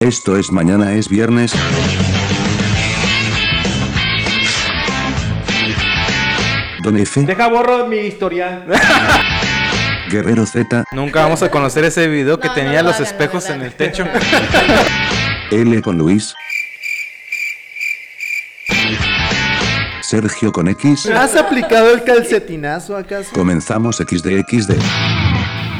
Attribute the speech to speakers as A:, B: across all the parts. A: Esto es mañana es viernes. Don F,
B: Deja borro mi historia.
A: Guerrero Z,
C: Nunca vamos a conocer ese video que
D: No, no lo
C: tenía los
D: hagan, la
C: espejos
D: verdad.
C: en el techo.
A: L con Luis. Sergio con X.
E: ¿Has aplicado el calcetinazo acaso?
A: Comenzamos XDXD.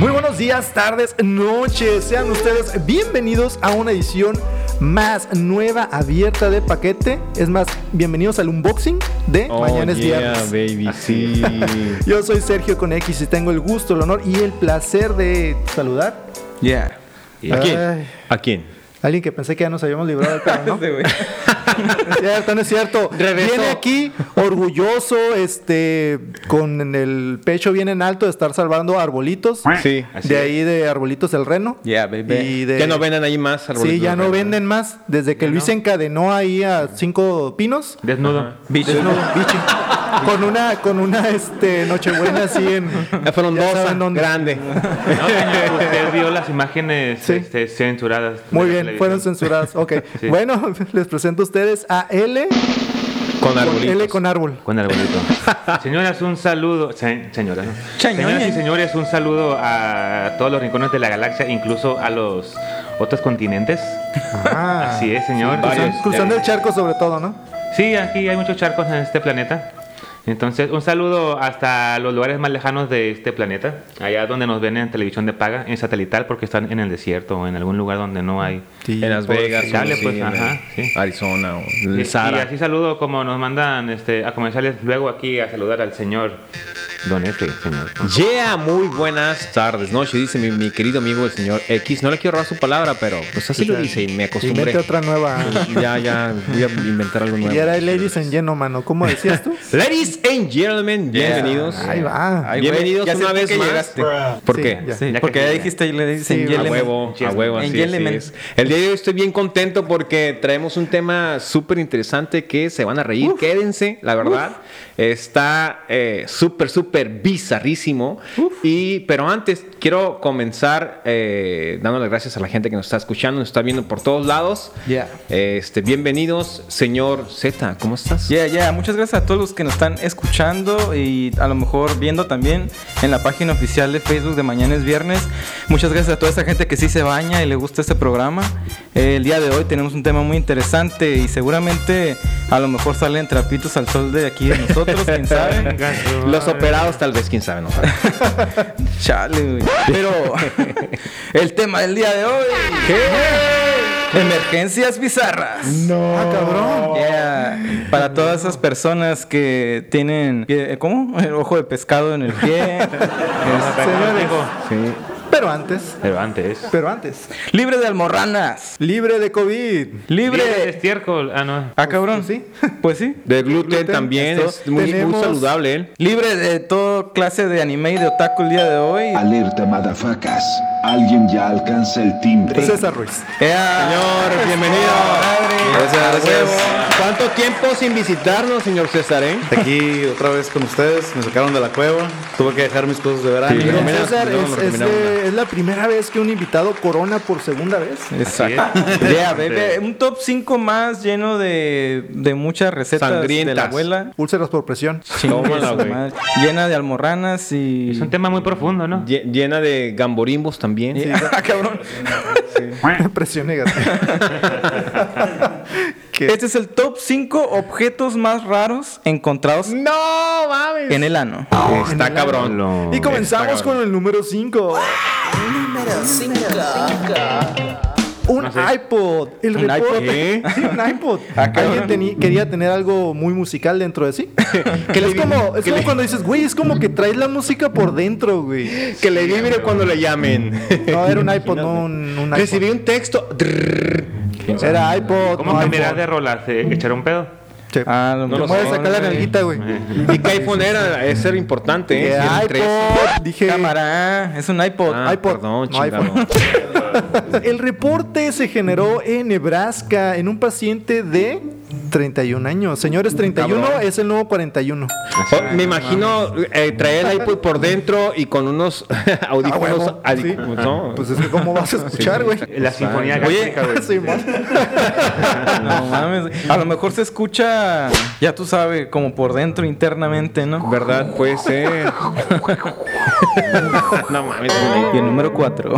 E: Muy buenos días, tardes, noches. Sean ustedes bienvenidos a una edición más nueva, abierta de paquete. Es más, bienvenidos al unboxing de
C: Oh,
E: Mañana es Viernes.
F: Oh, baby, sí.
E: Yo soy Sergio con X y tengo el gusto, el honor y el placer de saludar
C: Yeah.
F: ¿A quién?
E: Ay.
F: ¿A quién?
E: a alguien que pensé que ya nos habíamos librado del perro, ¿no?
C: Ese güey.
E: No es cierto, no es cierto.
C: Regresó.
E: Viene aquí orgulloso, este, con el pecho bien en alto de estar salvando arbolitos.
F: Sí,
E: de ahí de Arbolitos el Reno.
C: Yeah, baby.
E: Y de-
F: Ya no venden ahí más árboles.
E: Sí, ya no venden más. Desde que Luis encadenó ahí a cinco pinos.
B: Desnudo.
C: Bicho.
E: No, bichi. Con una, con una este, nochebuena así en.
F: Ya fueron
E: ya
F: dos,
E: saben dónde.
F: grande.
B: No, señor, usted vio las imágenes
E: Sí.
B: este, censuradas. de
E: Muy
B: la
E: bien,
B: televisión.
E: fueron censuradas. Ok.
B: Sí.
E: Bueno, les presento a ustedes a L
F: Con
E: con,
F: arbolitos.
E: L con árbol.
B: Con arbolito. Señoras, un saludo. se- señora, ¿no?
C: Chañoña.
B: Señoras y señores, un saludo a todos los rincones de la galaxia, incluso a los otros continentes.
E: Ah.
B: Así es, señor.
E: Cruzan-
B: Varios.
E: cruzando el charco, sobre todo, ¿no?
B: Sí, aquí hay muchos charcos en este planeta. Entonces, un saludo hasta los lugares más lejanos de este planeta, allá donde nos ven en televisión de paga, en satelital, porque están en el desierto o en algún lugar donde no hay.
F: En Las Vegas,
B: sí. Dale,
F: sí,
B: pues,
F: en
B: ajá, sí.
F: Arizona o en
B: Eh, Y,
F: el
B: y
F: Sahara.
B: así saludo como nos mandan este, a comerciales luego aquí a saludar al señor Don Efe, señor.
F: Yeah, muy buenas tardes, noche, dice mi, mi querido amigo el señor X. No le quiero robar su palabra, pero pues así lo dice y me acostumbré.
E: Invente otra nueva.
F: Ya, ya, voy a inventar algo nuevo.
E: Y era el Ladies en lleno, mano. ¿Cómo decías tú?
F: Ladies and gentlemen,
C: Yeah.
F: bienvenidos.
E: Ahí va.
C: Ay, güey,
F: Bienvenidos
C: ya
F: una
C: sentí
F: vez
C: que
F: más.
C: llegaste.
F: ¿Por
E: Sí,
F: qué?
E: ya.
C: Sí,
B: Ya
C: porque
B: que
C: ya
B: sí,
C: dijiste, le
E: Sí,
C: dicen
F: A
C: Yeleman.
F: huevo, a huevo,
C: En
F: así, así
C: Yeleman.
F: es. El día de hoy estoy bien contento porque traemos un tema súper interesante que se van a reír. Quédense, la verdad. Está eh, súper, súper bizarrísimo. Y, pero antes, quiero comenzar eh, dando las gracias a la gente que nos está escuchando, nos está viendo por todos lados.
C: Yeah.
F: Este, bienvenidos, señor Z, ¿cómo estás?
C: Yeah, yeah. Muchas gracias a todos los que nos están escuchando y a lo mejor viendo también en la página oficial de Facebook de Mañana es Viernes. Muchas gracias a toda esa gente que sí se baña y le gusta este programa. Eh, el día de hoy tenemos un tema muy interesante y seguramente a lo mejor salen trapitos al sol de aquí de nosotros, quién sabe.
F: Los operados, tal vez, quién sabe, no sabe.
C: Chale, güey. Pero el tema del día de hoy. Emergencias bizarras.
E: Ah, cabrón.
C: Yeah. Para todas esas personas que tienen, eh, ¿cómo? El ojo de pescado en el pie.
B: Ah,
C: Es-
E: Señores,
F: Sí.
E: pero antes,
B: Pero antes.
E: pero antes.
C: libre de almorranas.
E: Libre de COVID.
C: Libre.
B: Libre de estiércol. Ah, no.
C: Ah, cabrón.
E: Pues sí.
C: Pues sí.
F: De gluten, también,
E: esto,
F: es muy, muy
E: tenemos-
F: saludable. ¿eh?
C: Libre de toda clase de anime y de otaku el día de hoy.
G: Alerta madafacas. Alguien ya alcanza el timbre.
E: César Ruiz.
F: Señor, bienvenido. Gracias, ¿Cuánto tiempo sin visitarnos, señor César, eh?
H: Aquí otra vez con ustedes, me sacaron de la cueva, tuve que dejar mis cosas de Ah, verano.
E: Don
F: Mira,
E: César,
F: luego
E: es,
F: nos
E: es
F: remiramos.
E: de- es la primera vez que un invitado corona por segunda vez.
C: Exacto.
B: Así es.
C: Yeah, baby. Un top 5 más lleno de, de muchas recetas de la
F: Sangrientas.
C: abuela.
E: Úlceras por presión.
C: Chingue
F: Tómala,
C: su
F: güey.
C: madre. Llena de almorranas y.
B: Es un tema muy profundo, ¿no?
F: Lle- Llena de gamborimbos también.
C: Ah, cabrón.
E: Presión negativa.
C: Este es el top 5 objetos más raros encontrados
F: No mames.
C: en el ano.
F: Está cabrón.
E: Y comenzamos con el número 5. Un
B: No sé.
E: iPod. El
C: ¿Un
E: reporte.
C: iPod?
F: ¿Qué?
E: Sí, un iPod.
C: Ah, cabrón.
E: Alguien teni- quería tener algo muy musical dentro de sí. que es como, es como cuando dices, güey, es como que traes la música por dentro, güey.
F: Que le vibre cuando le llamen.
E: No, era un iPod, no un, un iPod.
F: Recibí un texto.
E: Era iPod.
B: ¿Cómo
E: no
B: cambiarás
E: iPod.
B: de rolas? ¿Echar un pedo?
E: Sí.
C: Ah, lo
E: Te
F: lo
E: mueves
F: sé,
E: acá la nalguita, güey.
F: Y que iPhone era, es ser importante,
E: Eh,
F: ¿eh? Si era
E: iPod.
F: tres.
E: Dije.
C: Cámara, es un iPod.
F: Ah,
E: iPod,
F: perdón,
E: no
F: chingado.
E: iPhone. El reporte se generó en Nebraska en un paciente de 31 años. Señores, 31
F: Cabrón.
E: es el nuevo 41.
F: Oh, me imagino eh, traer el iPod por dentro y con unos audífonos.
E: Ah, huevo,
F: adi-
E: sí.
F: ¿no?
E: Pues es que, ¿cómo vas a escuchar, güey?
B: La sinfonía
C: Oye,
B: gástrica, güey.
E: Sí, man.
C: No mames. A lo mejor se escucha, ya tú sabes, como por dentro internamente, ¿no?
F: ¿Verdad? Puede ser. no mames. güey.
C: Y el número 4.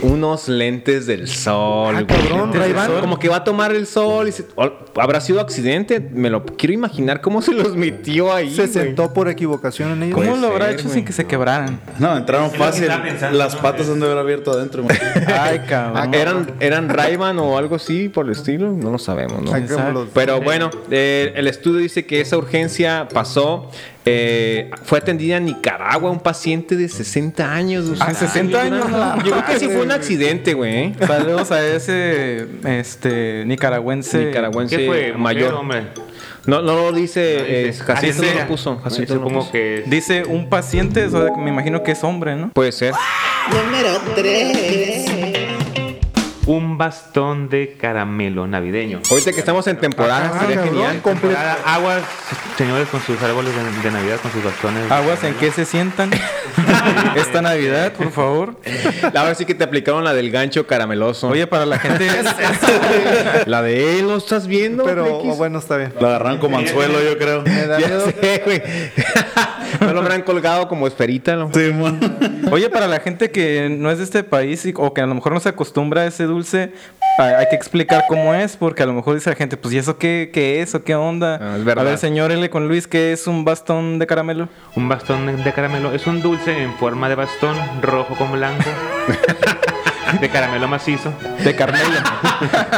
F: Unos lentes del sol.
E: Ah,
F: güey.
E: cabrón,
F: Lentes del
E: Ray-Ban.
F: sol. Como que va a tomar el sol. Y se- o- ¿Habrá sido accidente? Me lo quiero imaginar cómo se los metió ahí.
E: Se
F: güey.
E: sentó por equivocación en ellos.
C: ¿Cómo
F: Puede
C: lo habrá
F: ser,
C: hecho
F: güey.
C: sin que se quebraran?
H: No, entraron
B: Es lo que
H: fácil.
B: estaba pensando,
H: Las
B: ¿no?
H: patas han de haber abierto adentro. imagínate.
C: Ay,
F: Ah,
C: cabrón.
F: ¿Eran, eran Ray-Ban o algo así por el estilo? No lo sabemos, ¿no?
E: Sacámoslo.
F: Pero bueno, eh, el estudio dice que esa urgencia pasó. eh, fue atendida en Nicaragua un paciente de 60 años. o sea,
C: 60 años,
F: llorando.
C: no.
F: Yo creo que sí fue un accidente, güey.
C: Saludos a ese este nicaragüense.
F: Nicaragüense
B: ¿Qué fue?
F: mayor.
B: Mayor hombre.
F: No, no lo dice.
B: No dice.
F: eh, Jacinto
B: Ah,
F: no
B: dice.
F: lo puso. Jacinto no lo
B: Supongo
F: puso.
B: que es-
C: Dice un paciente, o sea, me imagino que es hombre, ¿no?
F: Puede ser.
D: Número 3.
B: un bastón de caramelo navideño.
F: Ahorita que estamos en temporada,
E: Ah,
F: sería
E: cabrón,
F: genial.
E: comple-
B: Temporada, Aguas, señores, con sus árboles de, de Navidad, con sus bastones.
C: Aguas en que se sientan esta Navidad, por favor.
F: Ahora sí que te aplicaron la del gancho carameloso.
C: Oye, para la gente.
F: la de él, ¿lo estás viendo?
E: Pero
F: Flequis?
E: bueno, está bien.
H: Lo agarraron como anzuelo, yo creo.
E: Pues Me da
F: Ya
E: miedo.
F: sé, güey. no lo habrán colgado como esferita, ¿no?
H: Sí, mon.
C: Oye, para la gente que no es de este país y- o que a lo mejor no se acostumbra a ese dulce, a- hay que explicar cómo es, porque a lo mejor dice la gente, pues, ¿y eso qué, qué es o qué onda?
F: Ah, es verdad.
C: A ver, señor L. con Luis, ¿qué es un bastón de caramelo?
B: Un bastón de- de caramelo es un dulce en forma de bastón, rojo con blanco, de caramelo macizo.
C: De caramelo.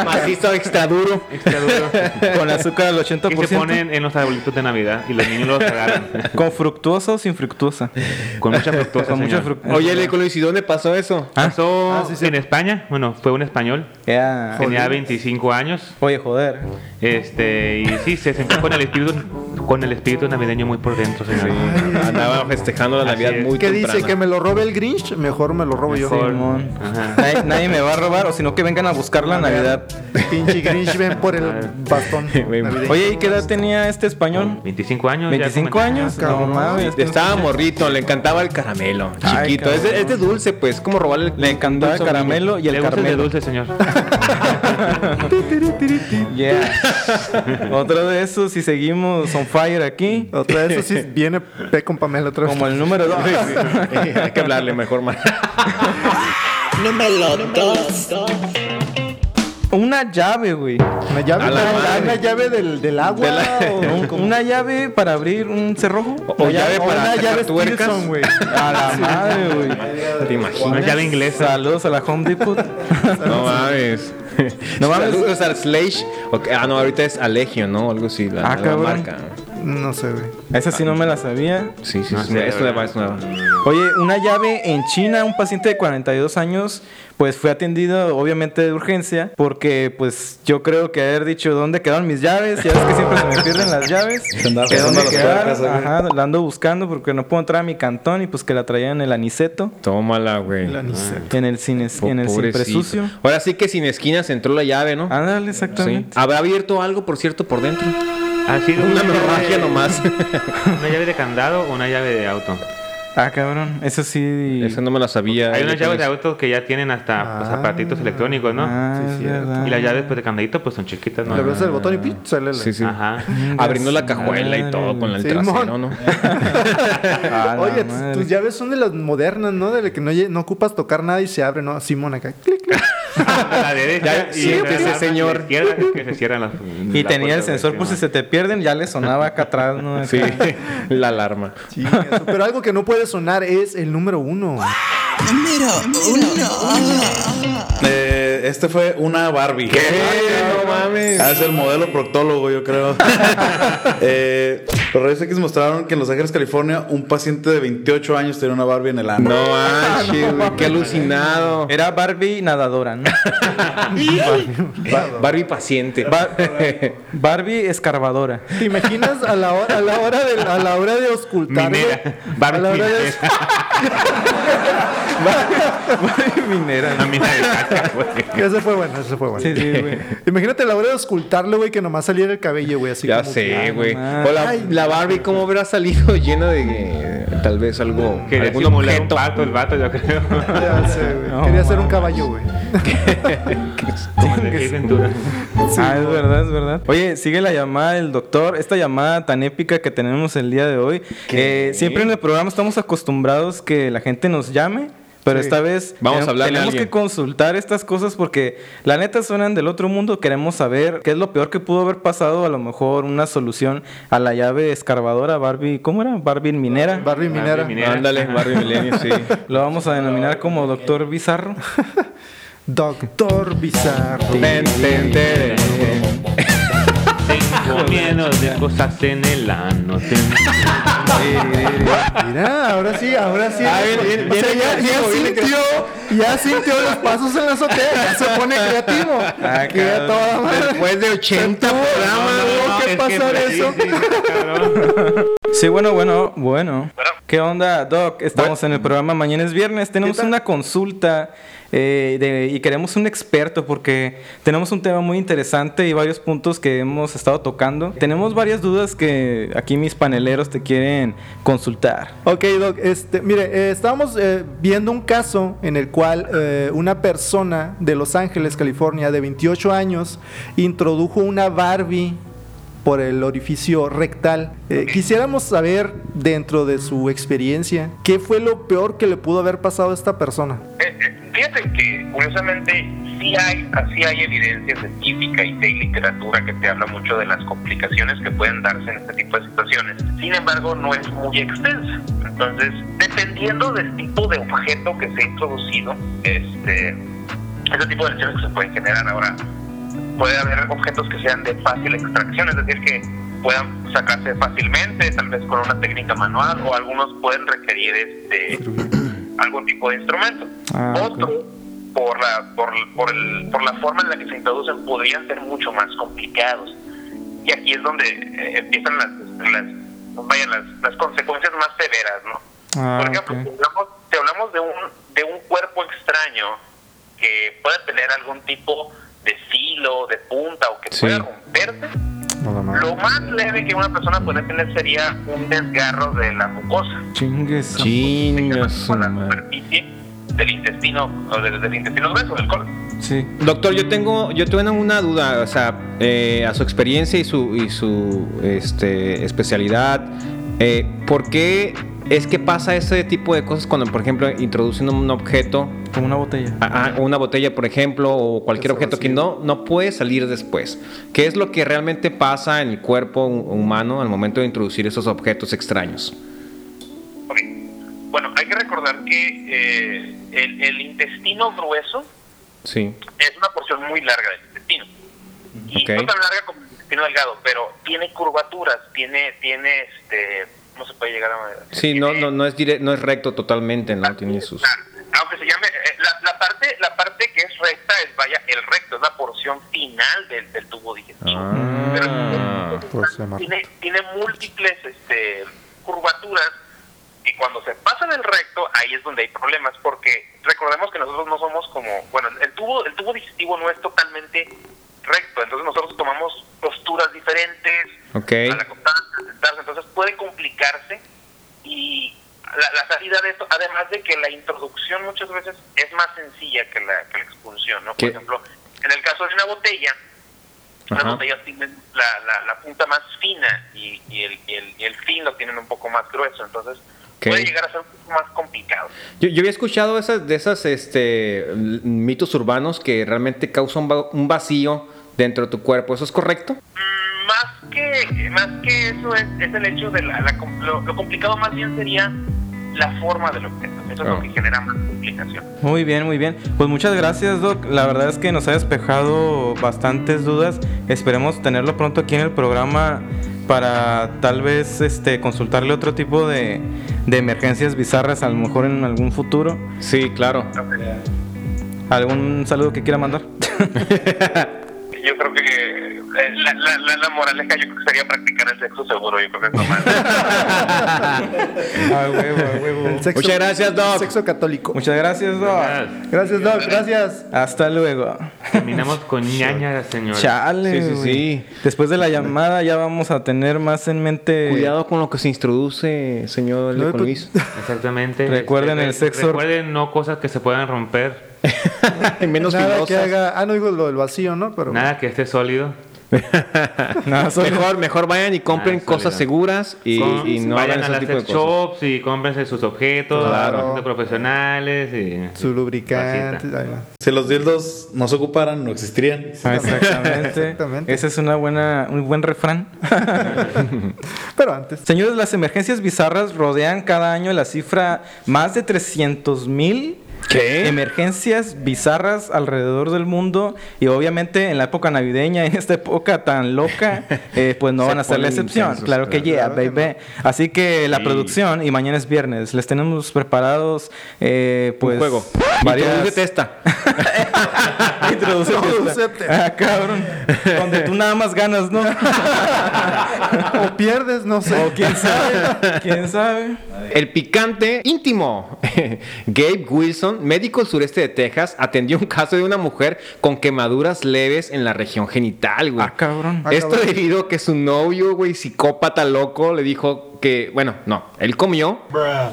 F: Macizo extra duro.
B: Extra duro.
C: con azúcar al 80%.
B: Que se ponen en los arbolitos de Navidad y los niños los agarran.
C: ¿Con fructuosa o sin fructuosa?
B: Con mucha fructuosa.
C: Con mucha Ah,
B: señor. Ah.
C: fructuosa.
F: Oye, Leco Luis, ¿y dónde pasó eso?
B: Pasó en España. Bueno, fue un español.
C: Ya.
B: Tenía 25 años.
C: Oye, joder.
B: Este, y sí, se sentó con el espíritu, con el espíritu navideño muy por dentro, señor.
F: Andaba festejando la
B: Así
F: Navidad
B: es.
F: muy
E: ¿Qué
F: temprano.
E: dice? ¿Que me lo robe el Grinch? Mejor me lo robo yo.
C: Simón.
B: Ajá.
C: Nadie, nadie me va a robar, o sino que vengan a buscar la Navidad.
E: Pinche Grinch, ven por el bastón.
F: Ven.
E: navideño.
C: Oye, ¿y qué edad tenía este español?
B: 25 años. ya Ah,
C: 25
B: comenté.
C: años. No mames.
F: Estaba morrito, le encantaba el caramelo.
C: Ay,
F: Chiquito. es, de,
C: cabrón.
F: es de dulce, pues. Es como robarle el
C: Le encantaba el caramelo y
B: Le
C: el
B: gusta de
C: caramelo.
B: dulce, señor.
C: Yeah. Otro de esos, si seguimos on fire aquí,
E: Otra vez sí viene P con Pamela otra vez.
C: como el número 2.
F: Hay que hablarle mejor, más.
D: Número 2.
C: Una llave, güey.
E: Una llave,
F: A la
E: pero
F: madre.
E: una llave del, del agua.
F: De la-
E: o-
C: Un- Una llave para abrir un cerrojo.
F: O llave
E: o
F: para
E: una
F: sacar
E: llave
F: tuercas.
E: Stilson, güey.
C: A la madre, güey.
F: ¿Te
B: Una
F: imaginas?
B: llave inglesa.
C: Saludos a la Home Depot.
F: No mames.
C: No mames.
F: Saludos al Slash. Ok, Ah, no, ahorita es Alegio, ¿no? Algo así. La
C: Ah,
F: nueva
C: cabrón.
F: marca.
E: No sé, güey.
C: Esa sí no me la sabía.
F: Sí, sí,
B: No
F: Ah, sí.
B: sé,
F: Esto
B: ¿verdad?
F: de es nueva.
C: Oye, una llave en China, un paciente de 42 años, pues fue atendido obviamente de urgencia, porque pues yo creo que haber dicho, ¿dónde quedaron mis llaves? Ya ves que siempre se me pierden las llaves.
H: andaba
C: ¿Que
H: pasando
C: dónde
H: las
C: quedaron?
H: tuercas, güey.
C: Ajá, la ando buscando porque no puedo entrar a mi cantón y pues que la traían en el aniceto,
F: Tómala, güey.
C: en el cine,
F: Po-
C: en el cine
F: pobrecito.
C: presucio. Ah,
F: Ahora sí que sin esquinas entró la llave, ¿no?
C: Ándale,
F: Sí.
C: exactamente.
F: Habrá abierto algo, por cierto, por dentro.
B: Ha sido
F: Una
B: llave-
F: hemorragia nomás.
B: Una llave de candado o una llave de auto.
C: Ah, cabrón, eso sí.
F: Esa no me la sabía.
B: Hay unas llaves de auto que ya tienen hasta pues, aparatitos electrónicos, ¿no?
C: Ah,
E: Sí,
C: es
E: cierto.
C: verdad.
B: Y las llaves pues, de candadito pues son chiquitas, ¿no?
E: Le abres el botón y pi, sale la-
F: Sí, sí.
B: Ajá.
F: Abriendo la cajuela y todo con la el
E: Simón.
F: trasero, ¿no?
C: A Ah, la
E: Oye,
C: madre.
E: tus llaves son de las modernas, ¿no? De la que no, lle- no ocupas tocar nada y se abre, ¿no? Simón acá. clic, clic.
B: A la
F: Ya,
B: derecha. y
F: siéntese,
B: a la
F: señor.
B: izquierda que se cierran las.
C: Y
B: la
C: tenía el
B: puerta,
C: sensor
B: güey,
C: por
B: sí,
C: si se te pierden, ya le sonaba acá atrás, ¿no? Acá.
F: Sí, la alarma.
E: Chingazo. Pero algo que no puede sonar es el número uno.
D: Número 1.
H: Eh, este fue una Barbie.
F: No mames.
H: Ah, Es el modelo proctólogo, yo creo. eh, los rayos X mostraron que en Los Ángeles, California, un paciente de 28 años tenía una Barbie en el ano.
F: No manches, güey, qué alucinado.
C: Era Barbie nadadora, ¿no?
F: Ba- Barbie paciente.
C: Bar- Barbie escarbadora.
E: ¿Te imaginas a la hora, a la hora de, a la hora de auscultar? güey?
B: Minera. Barbie
E: a la hora de
B: minera.
C: Barbie minera.
B: Una mina de caca, güey.
E: Ese fue bueno, ese fue bueno.
C: Sí, sí, güey.
E: Imagínate la hora de escultarle, güey, que nomás saliera el cabello, güey, así
F: Ya
E: como que-
F: sé,
C: ah,
F: güey.
C: no mames.
F: O la, la Barbie, ¿cómo habrá salido llena de eh, tal vez algo?
B: Quería
F: algún
B: simular un
F: objeto?
B: pato el vato, yo creo.
E: Ya sé, güey.
C: No,
E: Quería ser un
C: mames.
E: caballo, güey.
B: Como el de Ace Ventura.
C: ah, es verdad, es verdad. Oye, sigue la llamada del doctor. Esta llamada tan épica que tenemos el día de hoy. Eh, siempre en el programa estamos acostumbrados que la gente nos llame. Pero
E: Sí.
C: esta vez
F: Vamos a
C: tenem-
F: hablarle a
C: tenemos
F: alguien.
C: que consultar estas cosas porque la neta suenan del otro mundo. Queremos saber qué es lo peor que pudo haber pasado. A lo mejor una solución a la llave escarbadora Barbie. ¿Cómo era? Barbie minera.
E: Barbie Minera.
B: Minera.
F: Ándale, Barbie Milenio, sí.
C: Lo vamos a denominar como doctor bizarro.
E: Doctor Bizarro.
F: Ten, ten, ten.
B: Tengo miedo de cosas en el ano. tengo-
E: Mira, ahora sí, ahora sí.
F: Ah, bien, bien,
E: O sea, ya,
F: bien
E: ya
F: creativo, bien
E: sintió, ya sintió los pasos en la azotea, ya se pone creativo.
C: Ah,
E: Que ya
C: cabrón.
E: toda madre.
F: Después de 80 programas,
E: no,
F: güey.
E: ¿qué
B: es
E: pasó
B: por ahí,
E: eso?
B: sí, sí, cabrón.
C: Sí, bueno, bueno, bueno. ¿Qué onda, Doc? Estamos en el programa Mañana es Viernes. Tenemos
E: tal?
C: una consulta eh, de- y queremos un experto porque tenemos un tema muy interesante y varios puntos que hemos estado tocando. Tenemos varias dudas que aquí mis paneleros te quieren consultar.
E: Ok, Doc, este, mire, eh, estábamos eh, viendo un caso en el cual eh, una persona de Los Ángeles, California, de 28 años, introdujo una Barbie por el orificio rectal. Eh, quisiéramos saber, dentro de su experiencia, qué fue lo peor que le pudo haber pasado a esta persona.
I: Eh, eh, Fíjate que, curiosamente, sí hay, sí hay evidencia científica y de literatura que te habla mucho de las complicaciones que pueden darse en este tipo de situaciones. Sin embargo, no es muy extensa. Entonces, dependiendo del tipo de objeto que se ha introducido, este, ese tipo de lesiones que se pueden generar ahora, puede haber objetos que sean de fácil extracción, es decir, que puedan sacarse fácilmente, tal vez con una técnica manual, o algunos pueden requerir este algún tipo de instrumento.
C: Ah, ok.
I: Otro, por, la, por, por el- por la forma en la que se introducen, podrían ser mucho más complicados. Y aquí es donde eh, empiezan las, las, vaya, las, las consecuencias más severas, ¿no?
C: Ah,
I: Por ejemplo,
C: ok.
I: si hablamos, si hablamos de, un, de un cuerpo extraño que pueda tener algún tipo de filo, de punta o que
F: Sí.
I: pueda romperse, lo más leve que una persona puede tener sería un desgarro de la mucosa
C: Chingues.
F: Chingas,
I: con la
F: madre.
I: superficie del intestino, o del, del intestino grueso, del colon.
C: Sí.
F: Doctor, yo tengo, yo tengo una duda, o sea, eh, a su experiencia y su, y su este, especialidad, eh, ¿por qué es que pasa ese tipo de cosas cuando, por ejemplo, introducen un objeto,
C: Como una botella.
F: a- a una botella, por ejemplo, o cualquier
E: Que se
F: objeto que
E: vacíe.
F: no, no puede salir después? ¿Qué es lo que realmente pasa en el cuerpo hu- humano al momento de introducir esos objetos extraños?
I: Ok. Bueno, hay que recordar que eh, el, el intestino grueso
F: Sí.
I: es una porción muy larga del intestino. Y
F: Ok.
I: no tan larga como el intestino delgado, pero tiene curvaturas, tiene, tiene este, no se puede llegar a...
F: Sí, no,
I: tiene-
F: no, no es directo, no es recto totalmente, ¿no? Tiene sus...
I: Claro, aunque se llame eh, la, la parte la parte que es recta es vaya el recto es la porción final del, del tubo digestivo
F: Ah.
I: Pero el tubo
E: Por
I: digestivo
E: semar-
I: tiene, tiene múltiples este curvaturas y cuando se pasa del recto ahí es donde hay problemas porque recordemos que nosotros no somos como bueno el tubo el tubo digestivo no es totalmente recto entonces nosotros tomamos posturas diferentes
F: Ok.
I: a la constancia, a sentarse. Entonces puede complicarse y la, la salida de esto, además de que la introducción muchas veces es más sencilla que la, que la expulsión, ¿no? Por
F: ¿Qué?
I: ejemplo, en el caso de una botella,
F: Ajá.
I: las botellas tienen la, la, la punta más fina y, y el, y, el, y el fin lo tienen un poco más grueso, entonces
F: Ok.
I: puede llegar a ser un poco más complicado.
F: Yo, yo había escuchado esas, de esas este, l- mitos urbanos que realmente causan va- un vacío dentro de tu cuerpo. ¿Eso es correcto?
I: Mm, más que más que eso es, es el hecho de la, la com- lo, lo complicado más bien sería la forma del objeto. Eso es
F: Ah.
I: lo que genera más complicación.
C: Muy bien, muy bien. Pues muchas gracias, Doc. La verdad es que nos ha despejado bastantes dudas. Esperemos tenerlo pronto aquí en el programa para tal vez este, consultarle otro tipo de, de emergencias bizarras, a lo mejor en algún futuro.
F: Sí, claro.
C: ¿Algún saludo que quiera mandar?
I: sí, yo creo que eh, la, la, la, la moraleja yo creo que sería practicar el sexo seguro, yo creo que es lo más.
E: El sexo-
F: Mm. Muchas gracias, Doc.
E: el Sexo católico.
C: Muchas gracias, Doc.
E: Gracias, Doc. Gracias.
C: Hasta luego.
B: Terminamos con ñaña, señor.
C: Chale.
F: Sí, sí,
C: güey.
F: sí.
C: Después de la llamada ya vamos a tener más en mente.
F: Cuidado con lo que se introduce, señor
E: No,
F: Leco
E: pues-
F: Luis.
B: Exactamente.
C: Recuerden
B: Este,
C: el sexo.
B: Recuerden no cosas que se puedan romper.
F: Menos
E: Nada que
F: fibrosas.
E: haga. Ah, no digo lo del vacío, ¿no? Pero.
B: Nada que esté sólido.
C: Nada, solo-
F: mejor, mejor vayan y compren
B: Ah,
F: cosas
B: sólido.
F: seguras y,
B: Con-
F: y no
B: vayan
F: hagan
B: a
F: ese
B: las
F: tipo de
B: sex
F: cosas.
B: shops y cómprense sus objetos,
E: Claro.
B: objetos profesionales y
E: Su lubricante.
B: Vasita.
E: ahí va.
H: Si los dildos no se ocuparan, no existirían.
C: Ah, Exactamente.
E: Exactamente.
C: Ese es una buena, un buen refrán.
E: Pero antes.
C: Señores, las emergencias bizarras rodean cada año la cifra más de 300 mil
F: ¿Qué?
C: emergencias bizarras alrededor del mundo y obviamente en la época navideña, en esta época tan loca, eh, pues no
F: Se
C: van a ser la
F: ponen
C: excepción.
F: intensos,
C: Claro que
F: claro.
C: yeah, baby. Así que la
B: Sí.
C: producción y mañana es viernes, les tenemos preparados eh, pues
F: Un juego.
C: varias
F: Introdúcete esta.
C: Introduce
E: Introducete.
C: Ah, cabrón. Donde tú nada más ganas, ¿no?
E: O pierdes, no sé.
C: O quién sabe, quién sabe.
F: El picante íntimo. Gabe Wilson, médico del sureste de Texas, atendió un caso de una mujer con quemaduras leves en la región genital, güey.
C: Ah, cabrón.
E: Ah,
F: Esto
E: cabrón.
F: debido a que su novio, güey, psicópata loco, le dijo que, bueno, no, él comió.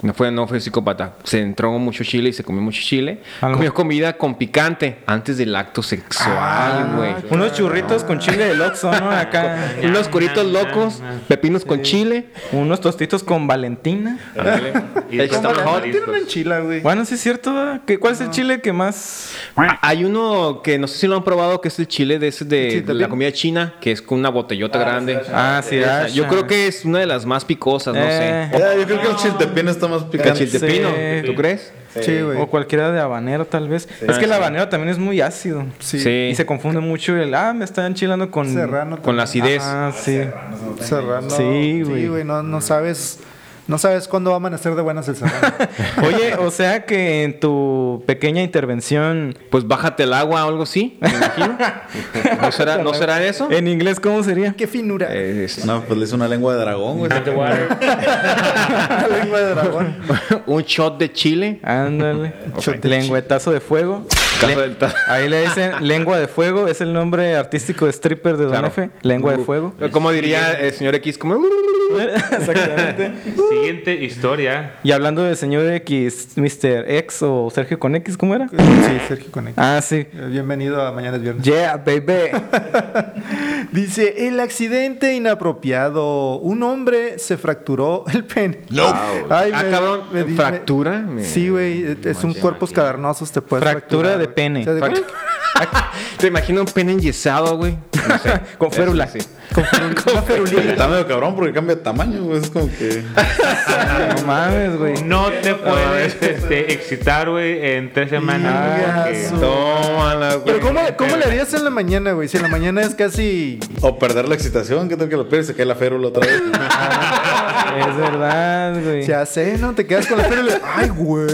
F: No fue, no fue psicópata. Se entró mucho chile y se comió mucho chile.
C: A lo-
F: Comió comida con picante antes del acto
C: Ah.
F: sexual, güey.
C: Unos churritos con chile de loxo, ¿no? Acá.
F: Unos curitos locos, pepinos con chile.
C: Unos tostitos con Valentina.
B: Ándale. Y
F: El
B: todos los
F: Hot.
E: Tiene una
B: mariscos.
E: enchila, güey.
C: Bueno, sí es cierto. ¿verdad? ¿Qué- ¿Cuál es el chile que más?
F: Ah, Hay uno que no sé si lo han probado, que es el chile de, ese de
E: Sí, también.
F: la comida china, que es con una botellota grande.
C: Ah, sí,
F: Esa,
C: Asha.
F: Yo creo que es una de las más picosas, no
C: Eh,
F: sé.
H: Ya, yo creo que el chiltepín está más
F: O que el
H: picante.
F: chiltepino,
C: sí.
F: ¿tú crees?
E: Sí, güey.
C: O cualquiera de habanero, tal vez. Es que el habanero también es muy ácido.
E: Sí.
C: Y se confunde mucho el, ah, me están chilando con...
E: Serrano.
F: Con la
E: también.
F: acidez.
C: Ah, sí.
E: Serrano.
C: Sí, güey.
E: Sí, güey. No, no sabes. No sabes cuándo va a amanecer de buenas el serrano.
C: Oye, o sea que en tu pequeña intervención...
F: Pues bájate el agua o algo así, me imagino. ¿No será, ¿no será eso?
C: En inglés, ¿cómo sería?
E: Qué finura.
F: Eh, es-
H: No, pues le hizo una lengua de dragón, güey.
B: Hot water.
E: La lengua de dragón.
F: Un shot de chile.
C: Ándale. Lengüetazo de fuego.
F: Caso del ta-
C: Ahí le dicen lengua de fuego. Es el nombre artístico de stripper de Don
F: Claro. Uh, eh,
C: F. Lengua de fuego.
F: Como diría el señor X, como...
C: Exactamente.
B: Siguiente historia.
C: Y hablando del señor X, Mr. X o Sergio con X, ¿cómo era?
E: Sí, Sergio Conecta.
C: Ah, sí.
E: Eh, Bienvenido a Mañana es Viernes.
C: Yeah, baby.
E: Dice, el accidente inapropiado. Un hombre se fracturó el pene. No.
F: Ah, cabrón, ¿fractura? Me-
E: Sí, güey. es- Es un cuerpos cavernosos, te puedes
C: Fractura de pene.
E: O sea, de-
F: Te imagino un pene enyesado, güey. No sé.
C: Con férula.
F: Eso sí.
H: Está medio cabrón porque cambia de tamaño, güey. Es como que.
C: No mames, güey.
B: No te
F: Ah,
B: puedes este, excitar, güey, en tres semanas.
E: Diga
B: porque-
E: su-
F: Tómala, güey.
E: Pero ¿cómo, ¿cómo le harías en la mañana, güey? Si en la mañana es casi...
H: O perder la excitación, que tal que lo pierdes y se cae la férula otra vez.
C: Es verdad, güey.
E: Se hace, ¿no? Te quedas con la pene y le- ¡Ay, güey!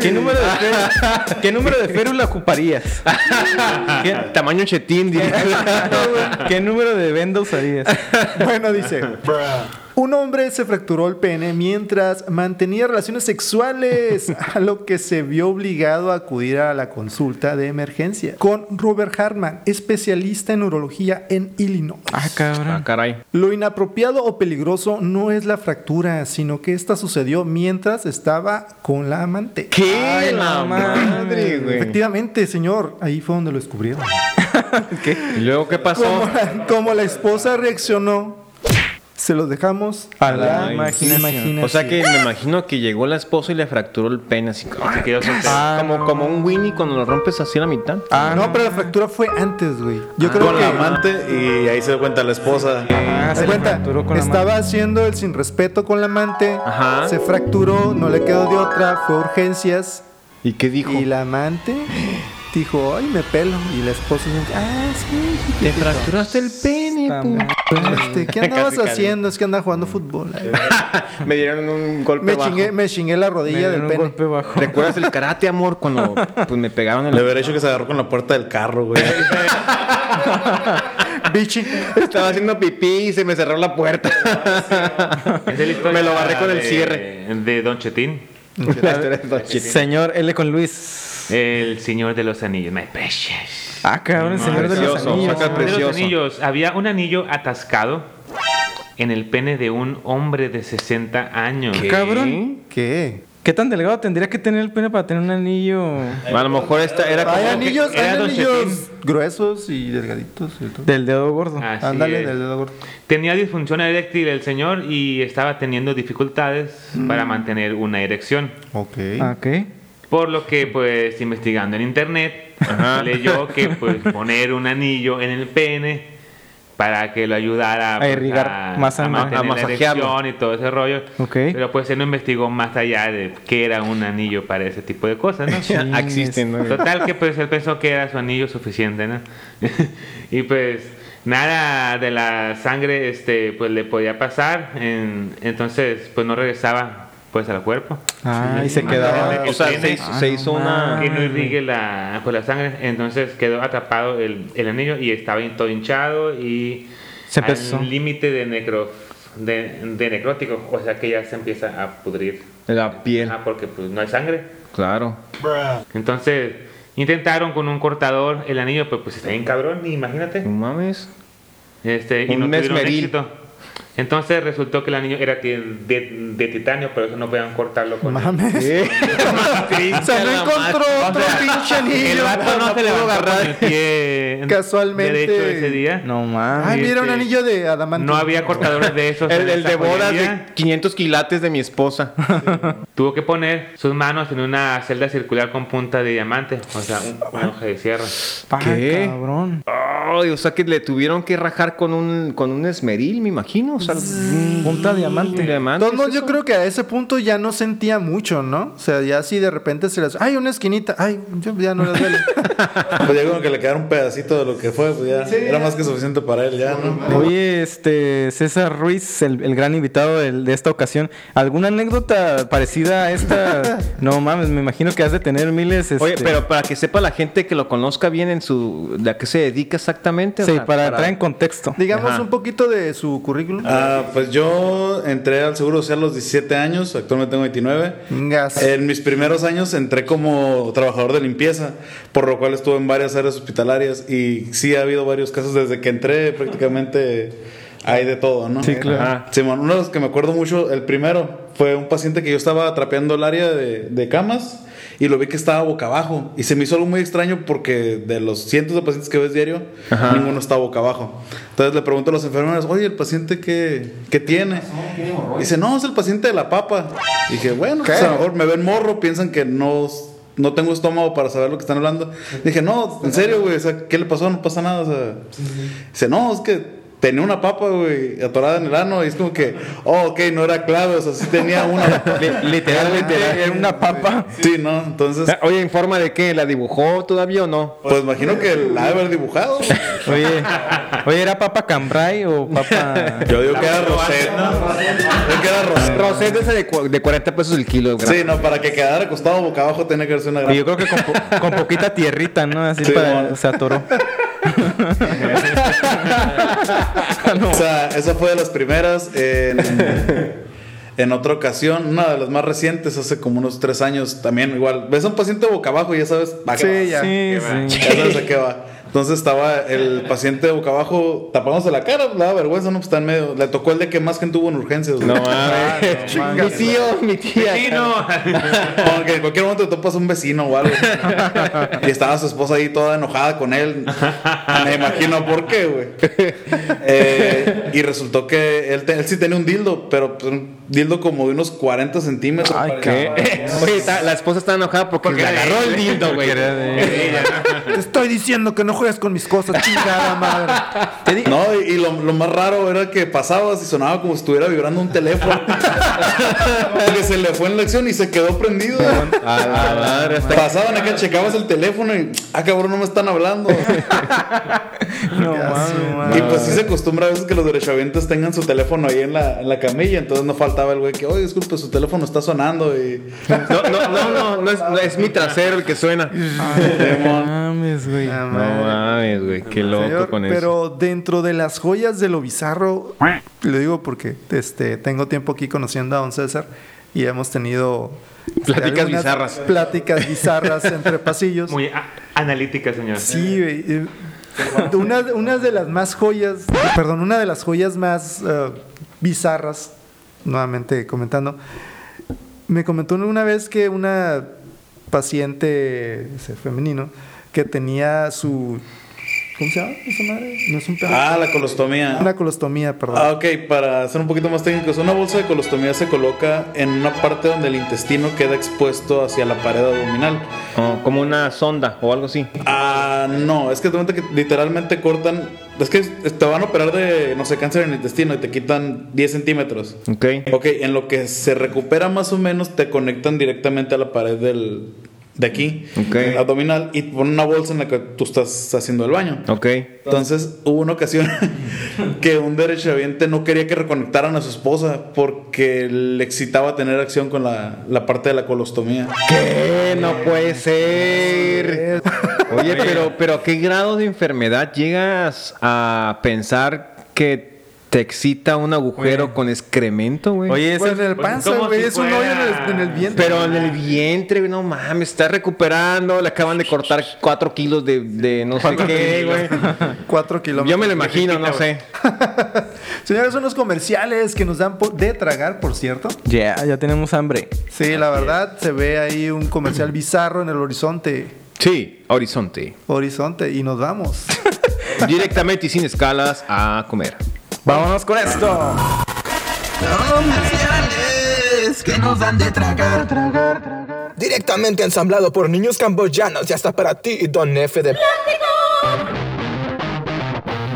C: ¿Qué número de férula, ¿Qué número de férula ocuparías? ¿Qué,
F: Tamaño chetín, diría.
C: ¿Qué número de venda usarías?
E: Bueno, dice. Un hombre se fracturó el pene mientras mantenía relaciones sexuales, a lo que se vio obligado a acudir a la consulta de emergencia con Robert Hartman, especialista en urología en Illinois.
C: Ah, cabrón.
F: Ah, caray.
E: Lo inapropiado o peligroso no es la fractura, sino que esta sucedió mientras estaba con la amante.
F: ¿Qué?
C: Ay,
F: la
C: no mames.
F: madre, güey.
E: Efectivamente, señor, ahí fue donde lo descubrieron.
F: ¿Y luego qué
E: Como
F: pasó?
E: la, como la esposa reaccionó, se los dejamos
C: A la imaginación.
E: imaginación.
F: O sea que me imagino que llegó la esposa y le fracturó el pene así. como-
B: Se quedó soltero.
C: Ah,
F: como,
C: no.
F: como un Winnie cuando lo rompes así a la mitad.
E: Ah, no, pero la fractura fue antes, güey. Yo creo
H: Con
E: que.
H: la amante y ahí se da cuenta la esposa.
C: Ah,
E: Haz
C: se
E: de
C: le
E: cuenta,
C: fracturó con la
E: estaba
C: mano.
E: haciendo el sin respeto con la amante,
F: Ajá.
E: se fracturó, no le quedó de otra, fue a urgencias
F: ¿Y qué dijo?
E: y la amante dijo, ay, me pelo. Y la esposa dijo, ah, sí,
F: Te fracturaste el pene,
C: Puta madre.
E: Este, ¿Qué andabas
F: Casi, casi.
E: haciendo? Es que andaba jugando fútbol. Ay,
F: me dieron un golpe
E: Me
F: bajo.
E: chingué, me chingué la
C: Me
E: rodilla del
C: dieron un
E: pene.
C: golpe bajo.
F: ¿Recuerdas el karate, amor? Cuando pues, me pegaron en
H: Le
F: la
H: hubiera hecho que se agarró con la puerta del carro, güey.
E: Bichi.
F: Estaba haciendo pipí y se me cerró la puerta.
B: Esa es la historia
F: me lo barré con el
B: de-
F: cierre.
B: De Don Chetín,
F: La historia de Don Cheto.
C: Señor L con Luis.
B: el señor de los anillos. My precious.
C: Ah, cabrón, el señor de los
F: precioso,
C: anillos.
F: saca
B: De los
F: Precioso.
B: anillos. Había un anillo atascado en el pene de un hombre de 60 años.
C: Ah, Cabrón.
E: ¿Qué?
C: ¿Qué tan delgado tendría que tener el pene para tener un anillo
F: A lo mejor esta era
E: Hay
F: como...
E: anillos,
B: que era
E: hay
B: Don
E: anillos gruesos y delgaditos. y todo.
C: del dedo gordo?
F: Ah,
B: Así
E: Ándale,
B: es.
E: del dedo gordo.
B: Tenía disfunción eréctil el señor y estaba teniendo dificultades para mantener una erección.
E: Ok.
C: Ah, Ok.
B: Por lo que, pues, investigando en internet, leyó que pues, poner un anillo en el pene para que lo ayudara pues,
C: irrigar más
B: a
C: sangre.
F: A
B: mantener la
F: masajearlo.
B: erección y todo ese rollo.
C: Ok.
B: Pero pues él no investigó más allá de qué era un anillo para ese tipo de cosas, ¿no?
F: Ah, Existen, ¿no?
B: Total que pues él pensó que era su anillo suficiente, ¿no? y pues nada de la sangre este pues le podía pasar, en- entonces pues no regresaba pues al cuerpo.
C: Ah, y se quedaba.
B: El
F: O sea,
B: pene
F: se, hizo- se hizo una...
B: que no irrigue la, pues, la sangre, entonces quedó atrapado el, el anillo y estaba hin- todo hinchado y
C: Se empezó.
B: al límite de necro de, de necrótico, o sea que ya se empieza a pudrir.
F: La piel,
B: Ah, porque pues no hay sangre.
F: claro.
B: Entonces, intentaron con un cortador el anillo, pero pues está bien cabrón, imagínate.
F: No mames.
B: Este, y
F: Un
B: no tuvieron
F: mesmeril.
B: éxito. Entonces resultó que el anillo era ti- de, de titanio, pero eso no podían cortarlo con
E: Mames. Se no encontró otro pinche
B: El
E: anillo.
B: vato no se le va a agarrar el pie
E: Casualmente.
B: derecho ese día.
C: No mames.
E: Ay, mira, un
B: Este,
E: anillo de adamante.
B: No había cortadores de esos. en
F: El, el
B: esa
F: de bodas
B: joyería.
F: de 500 quilates de mi esposa.
B: Tuvo que poner sus manos en una celda circular con punta de diamante, o sea, un- una hoja de sierra.
C: Ah,
F: ¿Qué?
C: cabrón.
F: Ay, o sea que le tuvieron que rajar con un, con un esmeril, me imagino. O sea,
C: Punta
F: un
C: diamante.
E: De
F: diamante.
E: todos modos, yo creo que a ese punto ya no sentía mucho, ¿no? O sea, ya si de repente se las. ¡Ay, una esquinita! ¡Ay, yo- ya no les duele!
H: Pues ya como que le quedara un pedacito de lo que fue, pues ya era más que suficiente para él, ya, ¿no?
C: Oye, este César Ruiz, el, el gran invitado del- de, esta ocasión, ¿alguna anécdota parecida a esta? No mames, me imagino que has de tener miles. Este,
F: Oye, pero para que sepa la gente que lo conozca bien en su... ¿De a qué se dedica exactamente? O
C: Sí,
F: sea,
C: para entrar en contexto.
E: Digamos
F: Ajá.
E: un poquito de su currículum.
H: Ah, pues yo entré al Seguro Social a los 17 años, actualmente tengo 29.
E: Vengas.
H: En mis primeros años entré como trabajador de limpieza, por lo cual estuve en varias áreas hospitalarias y sí ha habido varios casos desde que entré prácticamente hay de todo, ¿no?
C: Sí, claro.
H: Ajá. Simón, uno de los que me acuerdo mucho, el primero, fue un paciente que yo estaba trapeando el área de, de camas y lo vi que estaba boca abajo. Y se me hizo algo muy extraño porque de los cientos de pacientes que ves diario, ninguno está boca abajo. Entonces le pregunto a los enfermeros, oye, ¿el paciente qué, qué tiene? Dice, no, es el paciente de la papa. Y dije, bueno, pues, a lo mejor me ven morro, piensan que no, no tengo estómago para saber lo que están hablando. Dije, no, en serio, güey, o sea, ¿qué le pasó? No pasa nada, o sea. Dice, no, es que tenía una papa, güey, atorada en el ano. Y es como que, oh, ok, no era clave, o sea, sí tenía una.
F: Li- literalmente
C: Era una papa.
H: Sí, ¿no? Entonces,
F: Oye, ¿en forma de qué? ¿La dibujó todavía o no?
H: pues imagino que la ha de haber dibujado.
C: Oye, oye, ¿era papa cambrai o papa.?
H: Yo digo que era Roset, ¿no? Yo que era Roset.
F: Rosette es de, cu- de 40 pesos el kilo. gran-
H: Sí, no, para que quedara acostado boca abajo tenía que hacerse una
C: Y yo creo
H: gran.
C: que con, po- con poquita tierrita, ¿no? Así
H: Sí,
C: para.
H: mon.
C: Se atoró.
H: O sea, esa fue de las primeras. En, en otra ocasión, una de las más recientes, hace como unos tres años, también igual. Ves a un paciente boca abajo y ya sabes, ¿a qué
E: Sí,
H: vas?
E: ya.
C: Sí, sí.
H: Ya sabes a qué va. Entonces estaba el paciente boca abajo tapándose la cara, le daba vergüenza, no, pues está en medio. Le tocó el de que más gente hubo en urgencias. güey.
F: No mames. mi tío, mi tía.
B: Sí, no.
H: Como que en cualquier momento te topas un vecino o algo. Y estaba su esposa ahí toda enojada con él. Me imagino por qué, güey. Eh, y resultó que él, te- él sí tenía un dildo, pero pues, un dildo como de unos 40 centímetros.
C: Ay,
H: parecía.
F: Oye, está- la esposa está enojada porque, le agarró el dildo, güey.
E: Te estoy diciendo que no juegas con mis cosas, chingada madre.
C: Te di-
H: No, y, y lo, lo más raro era que pasabas y sonaba como si estuviera vibrando un teléfono. Porque se le fue en la acción y se quedó prendido.
F: A la madre, hasta
H: Pasaban acá, checabas el teléfono y, ah, cabrón, no me están hablando.
C: No,
H: Y pues sí se acostumbra a veces que los derechohabientes tengan su teléfono ahí en la, en la camilla, entonces no faltaba el güey que, oye, disculpe, su teléfono está sonando y...
F: No, no, no, no, no es, no es mi trasero el que suena.
C: mames, güey.
E: Ah,
F: No
E: madre.
F: mames, güey, qué loco
E: Señor,
F: con eso.
E: pero dentro de las joyas de lo bizarro, lo digo porque este, tengo tiempo aquí conociendo a don César y hemos tenido este,
F: Pláticas
E: algunas
F: bizarras.
E: Pláticas bizarras entre pasillos.
B: Muy a- analítica, señor.
E: Sí, güey. eh, Una, una de las más joyas, perdón, una de las joyas más eh, bizarras, nuevamente comentando, me comentó una vez que una paciente ese, femenino que tenía su... ¿Cómo se llama esa madre? No es un perro.
H: Ah, la colostomía.
E: Una colostomía, perdón.
H: Ah, ok, para ser un poquito más técnicos, una bolsa de colostomía se coloca en una parte donde el intestino queda expuesto hacia la pared abdominal.
F: Oh, como una sonda o algo así.
H: Ah, no, es que te cuenta que literalmente cortan. Es que te van a operar de, no sé, cáncer en el intestino y te quitan 10 centímetros.
F: Ok.
H: Ok, en lo que se recupera más o menos, te conectan directamente a la pared del. De aquí, eh,
F: Ok.
H: abdominal, y ponen una bolsa en la que tú estás haciendo el baño.
F: Ok.
H: Entonces hubo una ocasión que un derechohabiente no quería que reconectaran a su esposa porque le excitaba tener acción con la, la parte de la colostomía.
F: ¿Qué? No puede ser. Oye, pero, pero ¿a qué grado de enfermedad llegas a pensar que te excita un agujero con excremento, güey?
C: Oye,
E: Pues en
C: ese,
E: el panza,
B: como
E: güey.
B: si
E: es un hoyo en el, en el
B: fuera-
E: vientre.
F: Pero en el vientre, güey, no mames, está recuperando, le acaban de cortar 4 kilos de, de no sé qué, güey.
E: Cuatro kilómetros.
F: Yo me lo imagino, no sé.
E: Señores, son los comerciales que nos dan po- de tragar, por cierto.
C: yeah, ya tenemos hambre.
E: Sí, la verdad, se ve ahí un comercial bizarro en el horizonte.
F: Sí, horizonte.
E: Horizonte, y nos vamos.
F: Directamente y sin escalas a comer.
C: Vámonos con esto.
D: Comerciales que nos dan de tragar, tragar, tragar.
J: Directamente ensamblado por niños camboyanos y hasta para ti, Don F de Plástico.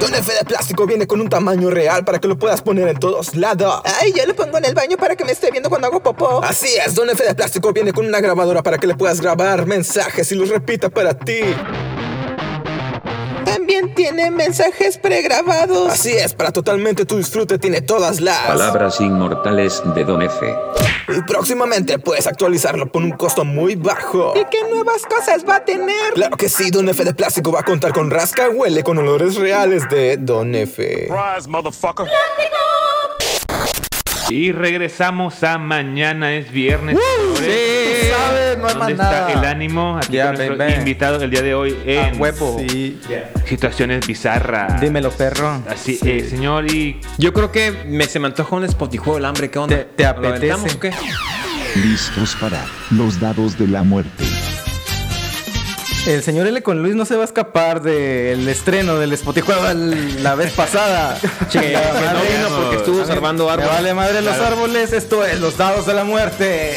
J: Don F de Plástico viene con un tamaño real para que lo puedas poner en todos lados.
D: Ay, yo lo pongo en el baño para que me esté viendo cuando hago popó.
J: Así es, Don F de Plástico viene con una grabadora para que le puedas grabar mensajes y los repita para ti.
D: También tiene mensajes pregrabados.
J: Así es, para totalmente tu disfrute tiene todas las
K: Palabras inmortales de Don F.
J: Y próximamente puedes actualizarlo por un costo muy bajo.
D: ¿Y qué nuevas cosas va a tener?
J: Claro que sí, Don F de Plástico va a contar con rasca huele con olores reales de Don F.
B: Y regresamos a mañana, es viernes. señores.
E: Tú sabes, no hay más
B: ¿Dónde está
E: nada.
B: el ánimo? Aquí
C: Ya,
B: con nuestro
C: baby.
B: invitado el día de hoy en
C: A huevo.
E: Sí.
B: situaciones bizarras.
C: Ah, Dímelo, perro.
B: Así es, señor, y
F: Yo creo que me, se me antoja un espotijuego el hambre, ¿qué onda?
C: ¿Te- te
F: ¿Lo
C: apetece?
F: aventamos o qué?
G: Listos para los dados de la muerte.
C: El señor L con Luis no se va a escapar del estreno del Spotijuego el- la vez pasada.
F: Que- que no vino porque estuvo salvando
C: Me
F: árboles.
C: vale madre los árboles, esto es los dados de la muerte.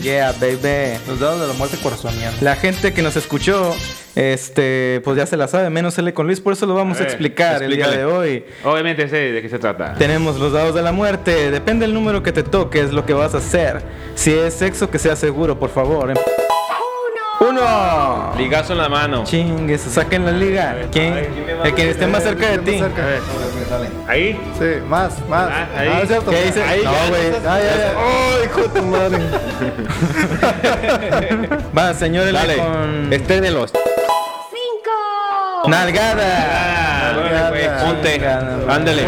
C: Yeah, baby.
E: Los dados de la muerte corazoneando.
C: La gente que nos escuchó, este, pues ya se la sabe, menos L con Luis, por eso lo vamos a,
B: A ver,
C: explicar el día de
F: explícale.
C: hoy.
B: obviamente sé de qué se trata.
C: Tenemos los dados de la muerte, depende del número que te toque, es lo que vas a hacer. Si es sexo, que sea seguro, por favor. Uno.
F: Ligazo en la mano.
C: Chingues, saquen la liga. ¿Quién? El que esté más cerca de ti.
E: Cerca.
B: Ahí,
E: Sí, más, más.
B: Ah, ahí.
E: Ah, es cierto.
C: ¿Qué dice?
E: Ahí.
C: No, güey. Ah, Ay, ay, ay.
F: hijo de tu madre!
C: Va, señores,
F: Dale,
C: con
F: estrénelos.
C: nalgada.
F: Dale, güey,
C: Nalgada.
F: Ponte,
C: Nalgada.
F: ándale.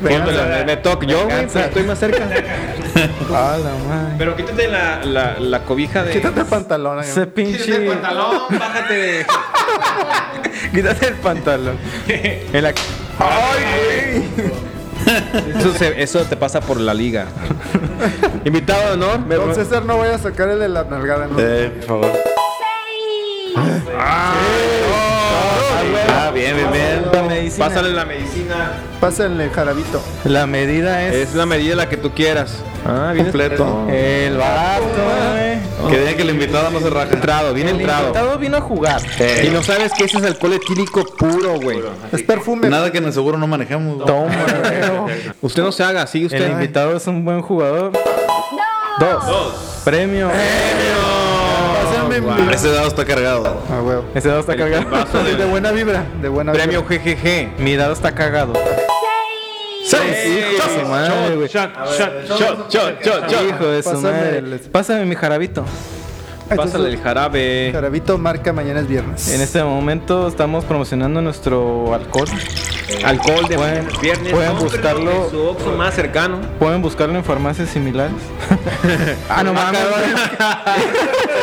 F: Póntela, me- Me toca yo, güey,
C: Venganza.
F: pero estoy más cerca.
C: A la madre.
F: Pero quítate la, la, la cobija de.
E: Quítate el pantalón.
C: Ese
E: amigo.
C: pinche.
F: bájate de.
C: Quítate el pantalón. El ac-
F: Eso, se- eso te pasa por la liga. Invitado de honor.
E: Don César, no voy a sacar el de la nalgada. ¿no?
H: por favor.
F: Ah, bien, bien, bien.
C: Dame,
E: medicina.
F: Pásale la medicina.
E: Pásale el jarabito.
C: La medida es.
F: Es la medida la que tú quieras.
C: Ah, viene
H: Completo.
C: El barato, eh.
H: Que diga que la invitada no se raja.
F: Entrado, viene
C: El
F: entrado. Eh.
C: invitado vino a jugar.
F: Y no sabes que ese es alcohol etílico puro, güey.
E: Es perfume.
H: Nada que en el seguro no manejemos.
C: Toma.
F: Usted no se haga, sigue
C: El
F: usted.
C: invitado es un buen jugador. Dos. Premio.
F: Eh.
E: Pásenme mi-
H: Ese dado está cargado.
E: Ah, huevo.
C: Ese dado está cargado.
E: De, buena vibra. De buena
F: Premio GGG.
C: Mi dado está cagado. Hijo de su madre, güey.
B: Shot, shot, shot.
F: Shot, shot, shot, shot.
C: Hijo de su
E: Pásame
C: madre.
E: el-
C: Pásame mi jarabito.
E: vibra.
F: Pásale el
E: Entonces,
F: jarabe.
E: Jarabito marca mañana es viernes.
C: En este momento estamos promocionando nuestro alcohol.
F: Alcohol de
C: Pueden-
F: mañana, viernes.
C: pueden
F: cómprenlo
C: buscarlo.
F: en su Oxxo más cercano.
C: Pueden buscarlo en farmacias similares. ah, no mames.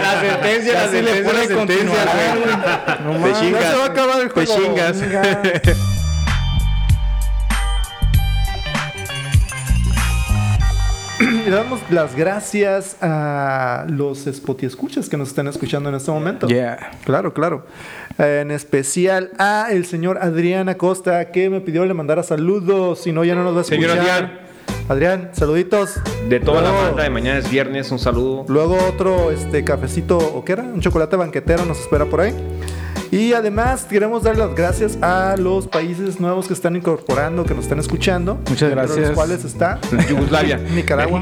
F: La sentencia, la
C: Casi le
F: sentencia, la
C: pone
F: sentencia.
C: continuar, güey. No
F: Te
C: mames.
F: chingas.
E: se va a acabar el
F: Te
E: juego.
F: chingas.
E: Le damos las gracias a los Spotify escuchas que nos están escuchando en este momento.
C: Yeah.
E: Claro, claro. Eh, En especial a el señor Adrián Acosta que me pidió le mandara saludos, si no ya no nos va a escuchar.
F: Señor Adrián.
E: Adrián, saluditos.
F: De toda la
E: Luego-
F: banda de mañana es viernes, un saludo.
E: Luego otro este cafecito o qué era, un chocolate banquetero nos espera por ahí. Y además queremos dar las gracias a los países nuevos que están incorporando, que nos están escuchando.
C: Muchas
E: entre
C: gracias.
E: los cuales está
F: Yugoslavia.
E: Nicaragua.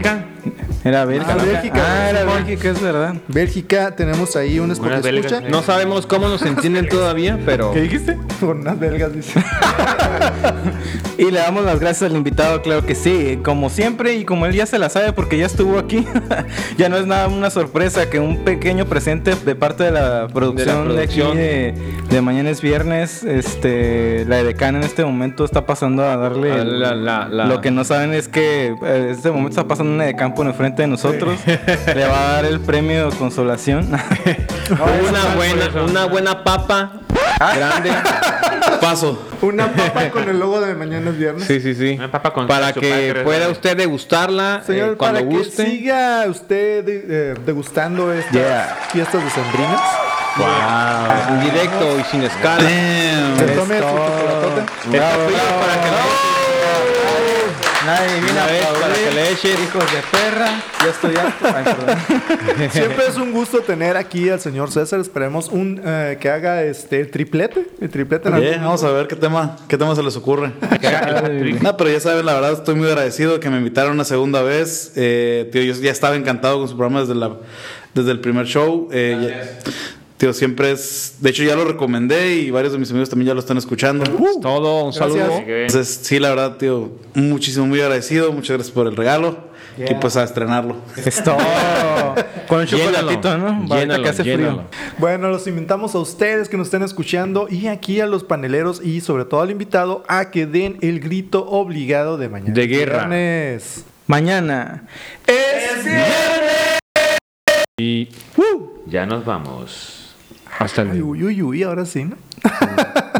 C: Era Bélgica.
E: Ah,
C: ¿no?
E: Bélgica,
C: Ah, era
E: Simón.
C: Bélgica, es verdad.
E: Bélgica, tenemos ahí un
B: Buenas
E: Spotify escucha.
B: belgas,
F: ¿eh? No sabemos cómo nos entienden todavía, pero.
C: ¿Qué dijiste?
E: Con unas belgas, dice.
C: Y le damos las gracias al invitado, claro que sí, como siempre y como él ya se la sabe porque ya estuvo aquí, ya no es nada una sorpresa que un pequeño presente de parte de la producción de, aquí
F: producción.
C: de- de mañana es viernes, este, la decana en este momento está pasando a darle...
F: Ah,
C: el-
F: la- la- la-
C: Lo que no saben es que eh, en este momento está pasando una de campo en frente de nosotros, le va a dar el premio de consolación.
F: Una buena, una buena papa. Grande.
H: Paso.
E: Una papa con el logo de mañana es viernes.
F: Sí, sí, sí.
B: Una papa con
F: Para
B: su
F: que
B: padre,
F: pueda
B: ¿no?
F: usted degustarla eh,
E: Señor,
F: cuando
E: para
F: guste.
E: que siga usted eh, degustando estas
F: Yeah.
E: fiestas decembrinas,
F: Ah, en directo y sin escala.
E: se tome su chocolatote.
F: Bravo, bravo, para que
C: Nadie
F: le-
C: adivina,
F: una vez para
C: Paulín.
F: que le eche.
C: Hijos de perra, yo estoy harto. Ay, perdón.
E: Siempre es un gusto tener aquí al señor César. Esperemos un eh, que haga este el triplete, el triplete. en
H: Bien,
E: algún-
H: vamos a ver qué tema, qué tema se les ocurre. No, pero ya saben, la verdad estoy muy agradecido que me invitaron una segunda vez. Eh, tío, yo ya estaba encantado con su programa desde, la, desde el primer show. Eh, ya- tío, siempre es... De hecho, ya lo recomendé y varios de mis amigos también ya lo están escuchando.
F: Todo, un saludo.
B: Qué bien.
H: Entonces, sí, la verdad, tío, muchísimo, muy agradecido. Muchas gracias por el regalo. Y pues a estrenarlo.
C: Esto. Con un chocolatito, ¿no? Ahorita
F: Llénalo,
C: que hace
F: llénalo.
C: frío.
E: Bueno, los invitamos a ustedes que nos estén escuchando y aquí a los paneleros y sobre todo al invitado a que den el grito obligado de mañana.
F: De guerra.
E: Viernes.
C: Mañana.
F: Y
B: Ya nos vamos.
F: hasta el
E: Ay, uy, uy, uy, ahora sí, ¿no?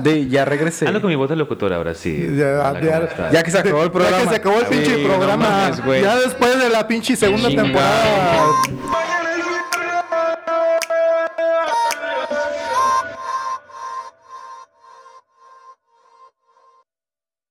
C: De, ya regresé.
B: Ando con mi voz de locutor ahora sí.
E: Ya,
B: Hola,
E: ya-
B: ¿cómo estás?
C: Ya que se acabó el
E: Ya
C: programa. Ah,
E: que se acabó el
F: Sí,
E: pinche
F: no
E: programa.
F: mames, güey.
E: ya después de la pinche segunda
F: Chingado.
E: temporada